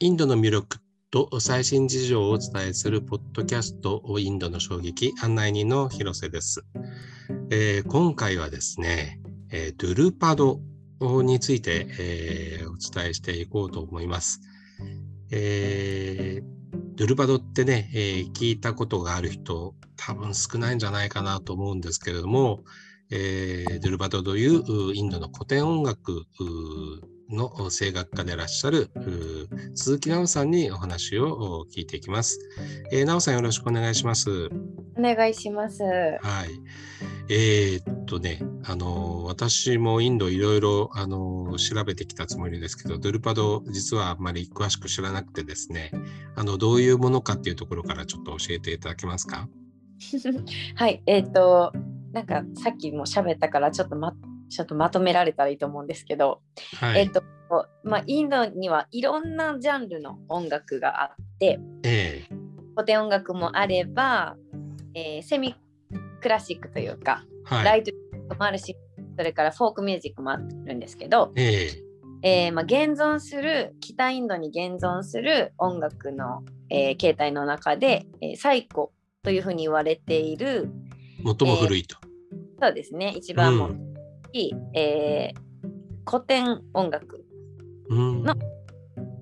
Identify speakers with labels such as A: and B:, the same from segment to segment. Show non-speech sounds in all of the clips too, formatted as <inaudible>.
A: インドの魅力と最新事情をお伝えするポッドキャストインドの衝撃案内人の広瀬です、えー今回はですね、えードゥルパドについて、えーお伝えしていこうと思います、えードゥルパドってね、えー聞いたことがある人多分少ないんじゃないかなと思うんですけれども、えードゥルパドといううインドの古典音楽うの声楽家でいらっしゃるう鈴木奈緒さんにお話を聞いていきます。えー、奈緒さんよろしくお願いします。
B: お願いします。
A: はい。えーっとね、あのー私もインドいろいろあのー調べてきたつもりですけど、ドゥルパド実はあんまり詳しく知らなくてですね、あのどういうものかっていうところからちょっと教えていただけますか。
B: はい、えっ、と、なんかさっきも喋ったから、ちょっとま、ちょっとまとめられたらいいと思うんですけど。
A: は
B: えっ、
A: い。
B: と、まあ、インドにはいろんなジャンルの音楽があって、
A: ええ
B: 古典音楽もあれば。えーセミクラシックというか、
A: は
B: ラ
A: い。
B: イトもあるし、それからフォークミュージックもあるんですけど。
A: ええ
B: えーまあ、現存する北インドに現存する音楽の、えー形態の中で、えー最古というふうに言われている
A: 最も古いと。
B: そうですね一
A: う
B: 番も
A: ん。
B: いい、えー古典音楽、
A: うん。
B: の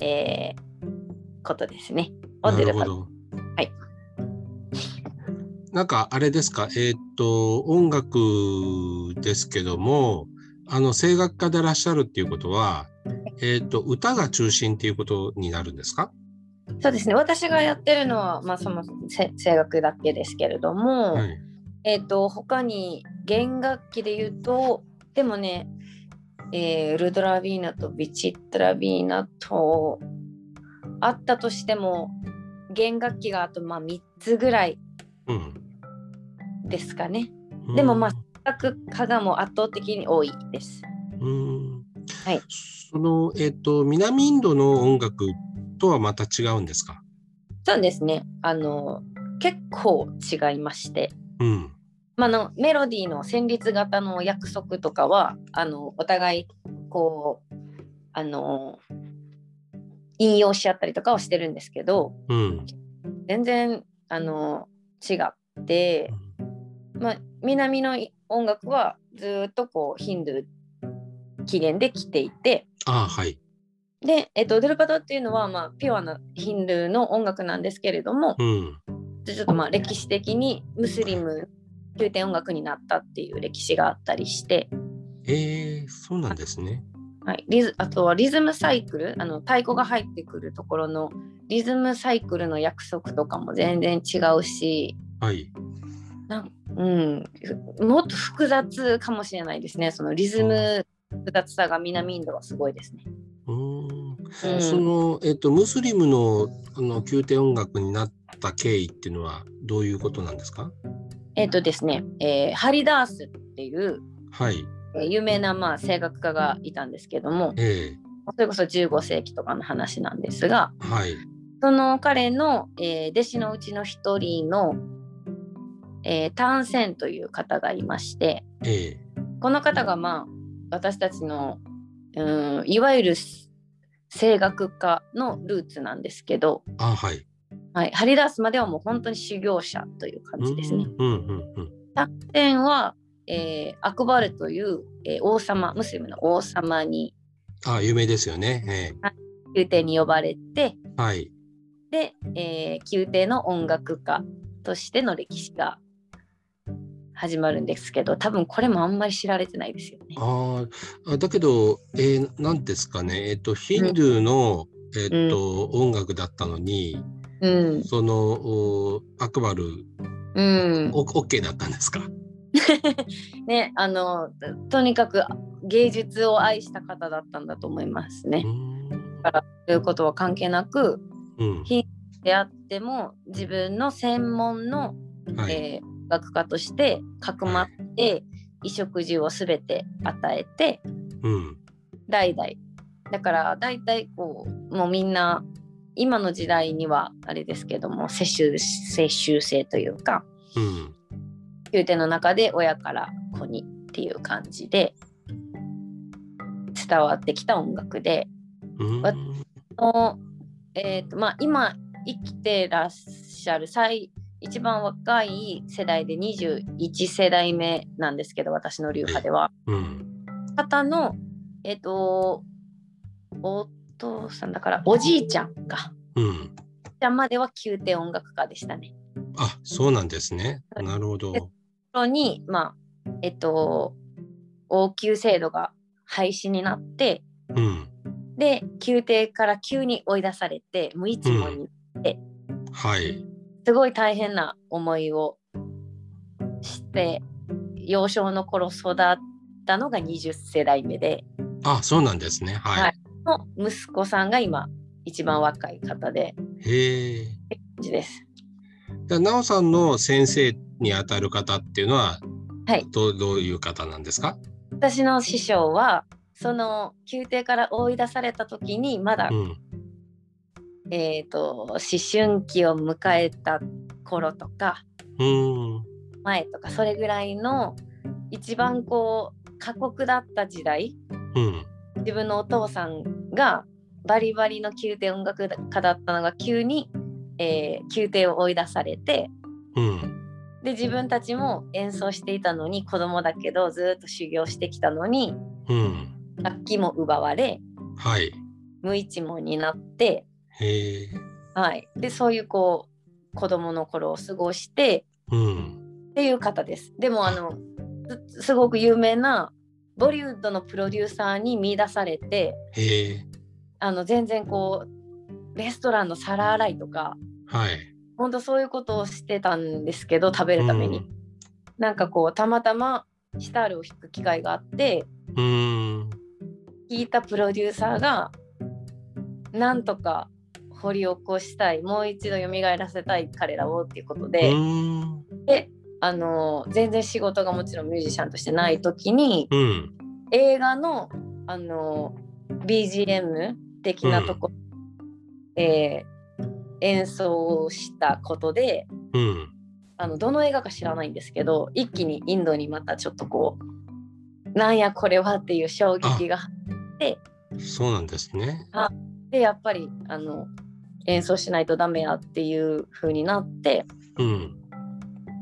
B: えーことですね。を
A: な
B: 出
A: る
B: れ
A: ほ
B: ば
A: ど。
B: はい。
A: なんかあれですか、えーっと、音楽ですけども、あの、声楽家でいらっしゃるっていうことは、えーっと、歌が中心っていうことになるんですか
B: そうですね私がやってるのは、まあ、そのせ声楽だけですけれども、
A: はい。
B: えっ、と他に弦楽器で言うとでもね、えールドラビーナとビチットラビーナとあったとしても弦楽器があとまあ3つぐらい
A: うん。
B: ですかね。でもまあ
A: あ、
B: 各科がもう圧倒的に多いです。
A: うん。
B: はい
A: その、えーっと、南インドの音楽とはまた違うんですか
B: そうですね。あの結構違いまして、
A: うん。
B: まあ、あのメロディーの旋律型の約束とかはあのお互いこうあの引用し合ったりとかをしてるんですけど
A: うん。
B: 全然あの違って、まあ、南の音楽はずっとこうヒンドゥー起源で来ていて、
A: ああ、はい。
B: で、えっと、ドゥルパドっていうのは、まあ、ピュアなヒンドゥーの音楽なんですけれども、
A: うん。
B: ちょっとまあ歴史的にムスリム宮廷音楽になったっていう歴史があったりして、
A: ええそうなんですね。
B: はい、リズあとはリズムサイクルあの太鼓が入ってくるところのリズムサイクルの約束とかも全然違うし、
A: はい。
B: なんうん、ふもっと複雑かもしれないですねそのリズム複雑さが南インドはすごいですね。
A: うん。
B: うん
A: その、えっと、ムスリムのあの宮廷音楽になった経緯っていうのはどういうことなんですか
B: えっとですね、えーハリダースっていう
A: はい、
B: えー有名なまあ声楽家がいたんですけども
A: え
B: それこそ15世紀とかの話なんですが
A: えはい、
B: その彼の、えー弟子のうちの一人の、えータンセンという方がいまして
A: ええ
B: この方がまあ私たちのうんいわゆる声楽家のルーツなんですけど、
A: あはい。
B: はい、ハリダースまではもう本当に修行者という感
A: う
B: じ
A: ん
B: ですね。
A: うんうんうん。
B: タンセンは、えーアクバルという、えー王様ムスリムの王様に
A: あ有名ですよね。
B: 宮廷に呼ばれて
A: ええはい。
B: で、えー宮廷の音楽家としての歴史が始まるんですけど多分これもあんまり知られてないですよね。
A: あーあだけど、えー、なんですかね、えっと、ヒンドゥーの、えっと音楽だったのに、
B: うん
A: そのおアクバル、
B: うん
A: オッケーだったんですか。
B: ねあのとにかく芸術を愛した方だったんだと思いますね
A: う。ん
B: ということは関係なく
A: うん
B: 出会っても自分の専門の、
A: はい
B: えー音楽家としてかくまって衣食住を全て与えて
A: うん
B: 代々だから大体こうもうみんな今の時代にはあれですけども世襲世襲制というか
A: うん
B: 宮廷の中で親から子にっていう感じで伝わってきた音楽で
A: うん
B: わそのえーとまあ、今生きてらっしゃる最一番若い世代で21世代目なんですけど私の流派では。
A: うん。
B: 方のえっ、とお父さんだからおじいちゃんか。
A: うん。
B: おじいちゃんまでは宮廷音楽家でしたね。
A: あ、そうなんですね。なるほど。
B: ところにまあえっ、と王宮制度が廃止になって
A: うん。
B: で宮廷から急に追い出されて無一文に、
A: はい。
B: すごい大変な思いをして幼少の頃育ったのが20世代目で
A: あ、そうなんですね。は。
B: はいの息子さんが今一番若い方で
A: へえ。
B: です。
A: じゃあ、なおさんの先生にあたる方っていうのは、
B: はい
A: どうどういう方なんですか？
B: 私の師匠はその宮廷から追い出された時にまだ、
A: うん。
B: えー、と思春期を迎えた頃とか
A: うん。
B: 前とかそれぐらいの一番こう過酷だった時代
A: うん。
B: 自分のお父さんがバリバリの宮廷音楽家だったのが急に、えー宮廷を追い出されて
A: うん。
B: で自分たちも演奏していたのに子供だけどずーっと修行してきたのに
A: うん。
B: 楽器も奪われ
A: はい。
B: 無一文になって、
A: へえ。
B: はい、でそういうこう子供の頃を過ごして
A: うん。
B: っていう方です。でもあのすすごく有名なボリウッドのプロデューサーに見出されて
A: へえ。
B: あの全然こうレストランの皿洗いとか
A: はい。
B: 本当そういうことをしてたんですけど食べるために、なんかこうたまたまシタールを弾く機会があって
A: うん。うん。
B: 弾いたプロデューサーがなんとか掘り起こしたいもう一度蘇らせたい彼らをっていうことで、
A: うん。
B: あの全然仕事がもちろんミュージシャンとしてない時に
A: うん。
B: 映画のあの BGM 的なとこ、えー演奏をしたことで、
A: うん。
B: あのどの映画か知らないんですけど一気にインドにまたちょっとこうなんやこれはっていう衝撃が
A: そうなんですね。
B: でやっぱりあの演奏しないとダメやっていう風になって
A: うん。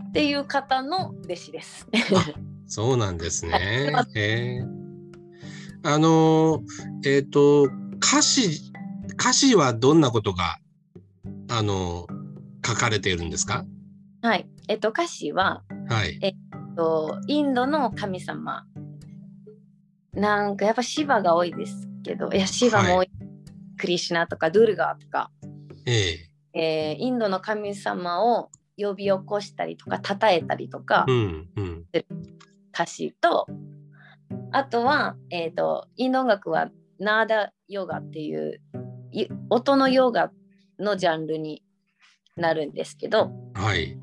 B: っていう方の弟子です。 <laughs>
A: そうなんですね。へえ。あのーえっ、と歌詞歌詞はどんなことがあのー書かれているんですか？
B: はいえっと、歌詞は、
A: はい。
B: えっと、インドの神様なんかやっぱシバが多いですけどいやシバも多
A: は
B: い、クリシュナとかドゥルガーとか、
A: ええ。
B: えーインドの神様を呼び起こしたりとか称えたりとか、
A: うんうん
B: 歌詞とあとは、えー、とインド音楽はナーダヨガっていうい音のヨガのジャンルになるんですけど
A: はい。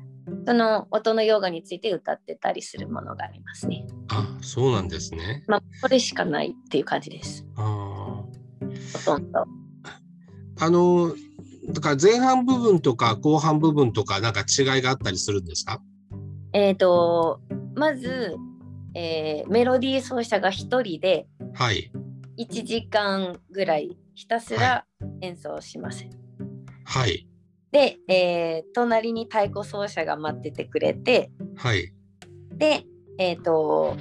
B: その音のヨガについて歌ってたりするものがありますね。
A: あそうなんですね。
B: まあ、これしかないっていう感じです。
A: あ
B: ほとんど。
A: ーあのーだから前半部分とか後半部分とかなんか違いがあったりするんですか？
B: えー、とまず、えーメロディー奏者が一人で
A: はい
B: 1時間ぐらいひたすら演奏します。
A: はい
B: で、えー隣に太鼓奏者が待っててくれて
A: はい
B: で、えっ、と、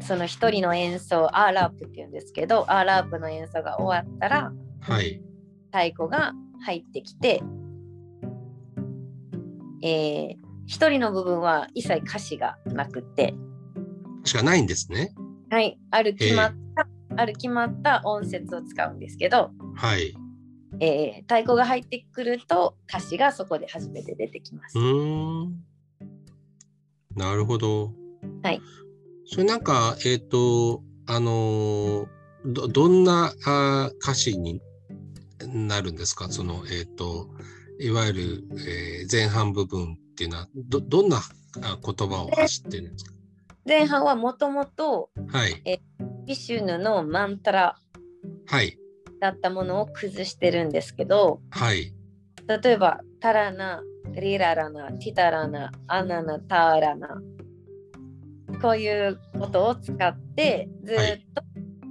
B: その一人の演奏、アーラープっていうんですけど、アーラープの演奏が終わったら、
A: はい。
B: 太鼓が入ってきて、えー一人の部分は一切歌詞がなくて、
A: しかないんですね。
B: はい、ある決まった、ある決まった音節を使うんですけど、
A: はい。
B: えー太鼓が入ってくると歌詞がそこで初めて出てきます
A: う。ーん。なるほど。
B: はい。
A: それなんか、えっ、と、あのーど、どんなあー歌詞になるんですかその、えっ、と、いわゆる、えー前半部分っていうのは、ど、どんなあ言葉を発してるんです
B: 前半はもともと
A: かはい。
B: ビシュヌのマンタラ
A: はい。
B: だったものを崩してるんですけど
A: はい。
B: 例えばタラナリララナティタラナアナナタラナこういうことを使ってずっと、
A: はい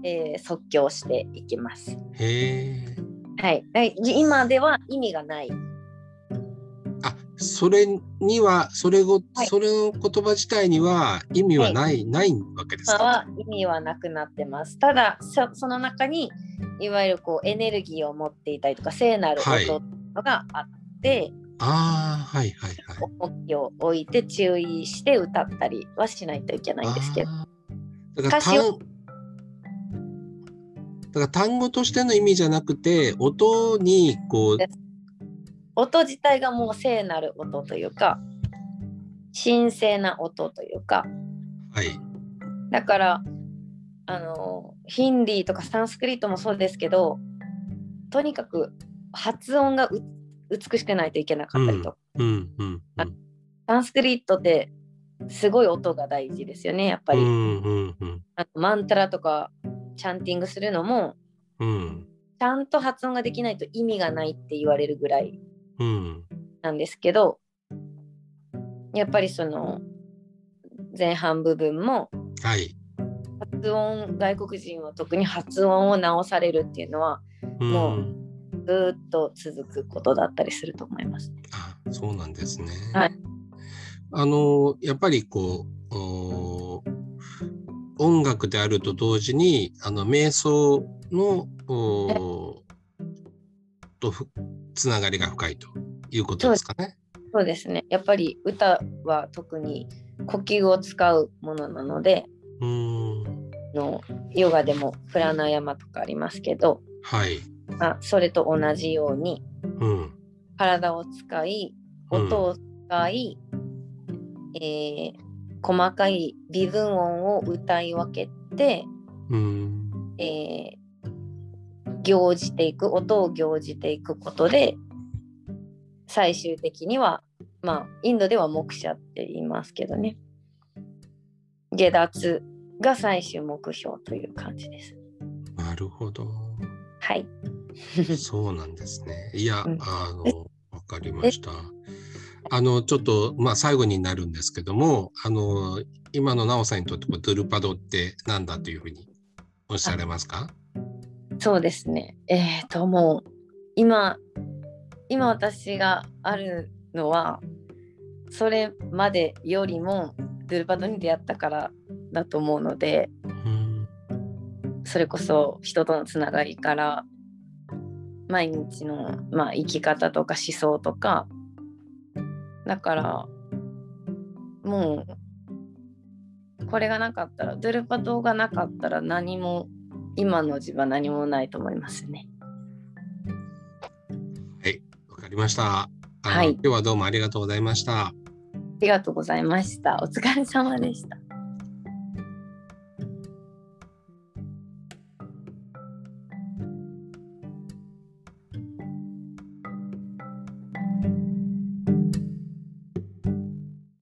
B: えー即興していきます。
A: へえ。
B: はい、はい今では意味がない。
A: あそれにはそれご、
B: はい
A: それの言葉自体には意味はない、ないわけです
B: 今
A: か。
B: は意味はなくなってます。ただそその中にいわゆるこうエネルギーを持っていたりとか聖なる音
A: はい
B: っていうのがあって、
A: ああはいはいはい。
B: 重きを置いて注意して歌ったりはしないといけないんですけど。
A: あーだから
B: 歌詞
A: 単だから単語としての意味じゃなくて音にこう
B: で音自体がもう聖なる音というか神聖な音というか
A: はい
B: だからあのヒンディーとかサンスクリットもそうですけどとにかく発音がう美しくないといけなかったりとか、
A: うんうんう
B: あ
A: ん
B: サンスクリットってすごい音が大事ですよねやっぱ
A: う
B: り、
A: んうんうん
B: あとマンタラとかチャンティングするのも
A: うん
B: ちゃんと発音ができないと意味がないって言われるぐらい
A: うん
B: なんですけどやっぱりその前半部分も
A: はい。
B: 発音外国人は特に発音を直されるっていうのは
A: うん
B: もずーっと続くことだったりすると思います。
A: あそうなんですね。
B: はい
A: あのやっぱりこうおー音楽であると同時にあの瞑想のおーとふつながりが深いということですかね。
B: そうですねやっぱり歌は特に呼吸を使うものなので
A: うーん
B: あのヨガでもプラナヤマとかありますけど、
A: はい。
B: まあ、それと同じように
A: うん
B: 体を使い
A: うん
B: 音を使い、えー細かい微分音を歌い分けて、
A: うん
B: えー行じていく音を行じていくことで最終的にはまあインドでは目者って言いますけどね下脱が最終目標という感じです。
A: なるほ
B: <laughs>
A: ど。
B: はい、
A: そうなんですね。いや、
B: うん
A: あの、わかりました。あの、ちょっと、まあ、最後になるんですけども、あの、今の奈緒さんにとって、ドゥルパドってなんだというふうにおっしゃられますか
B: そうですね。えっ、ともう今今私があるのはそれまでよりもドゥルバドに出会ったからだと思うので
A: うん
B: それこそ人とのつながりから毎日の、まあ、生き方とか思想とかだからもうこれがなかったらドゥルパドがなかったら何も今の自分は何もないと思いますね。
A: わかりました。あの
B: はい
A: 今日はどうもありがとうございました。
B: ありがとうございました。お疲れ様でした。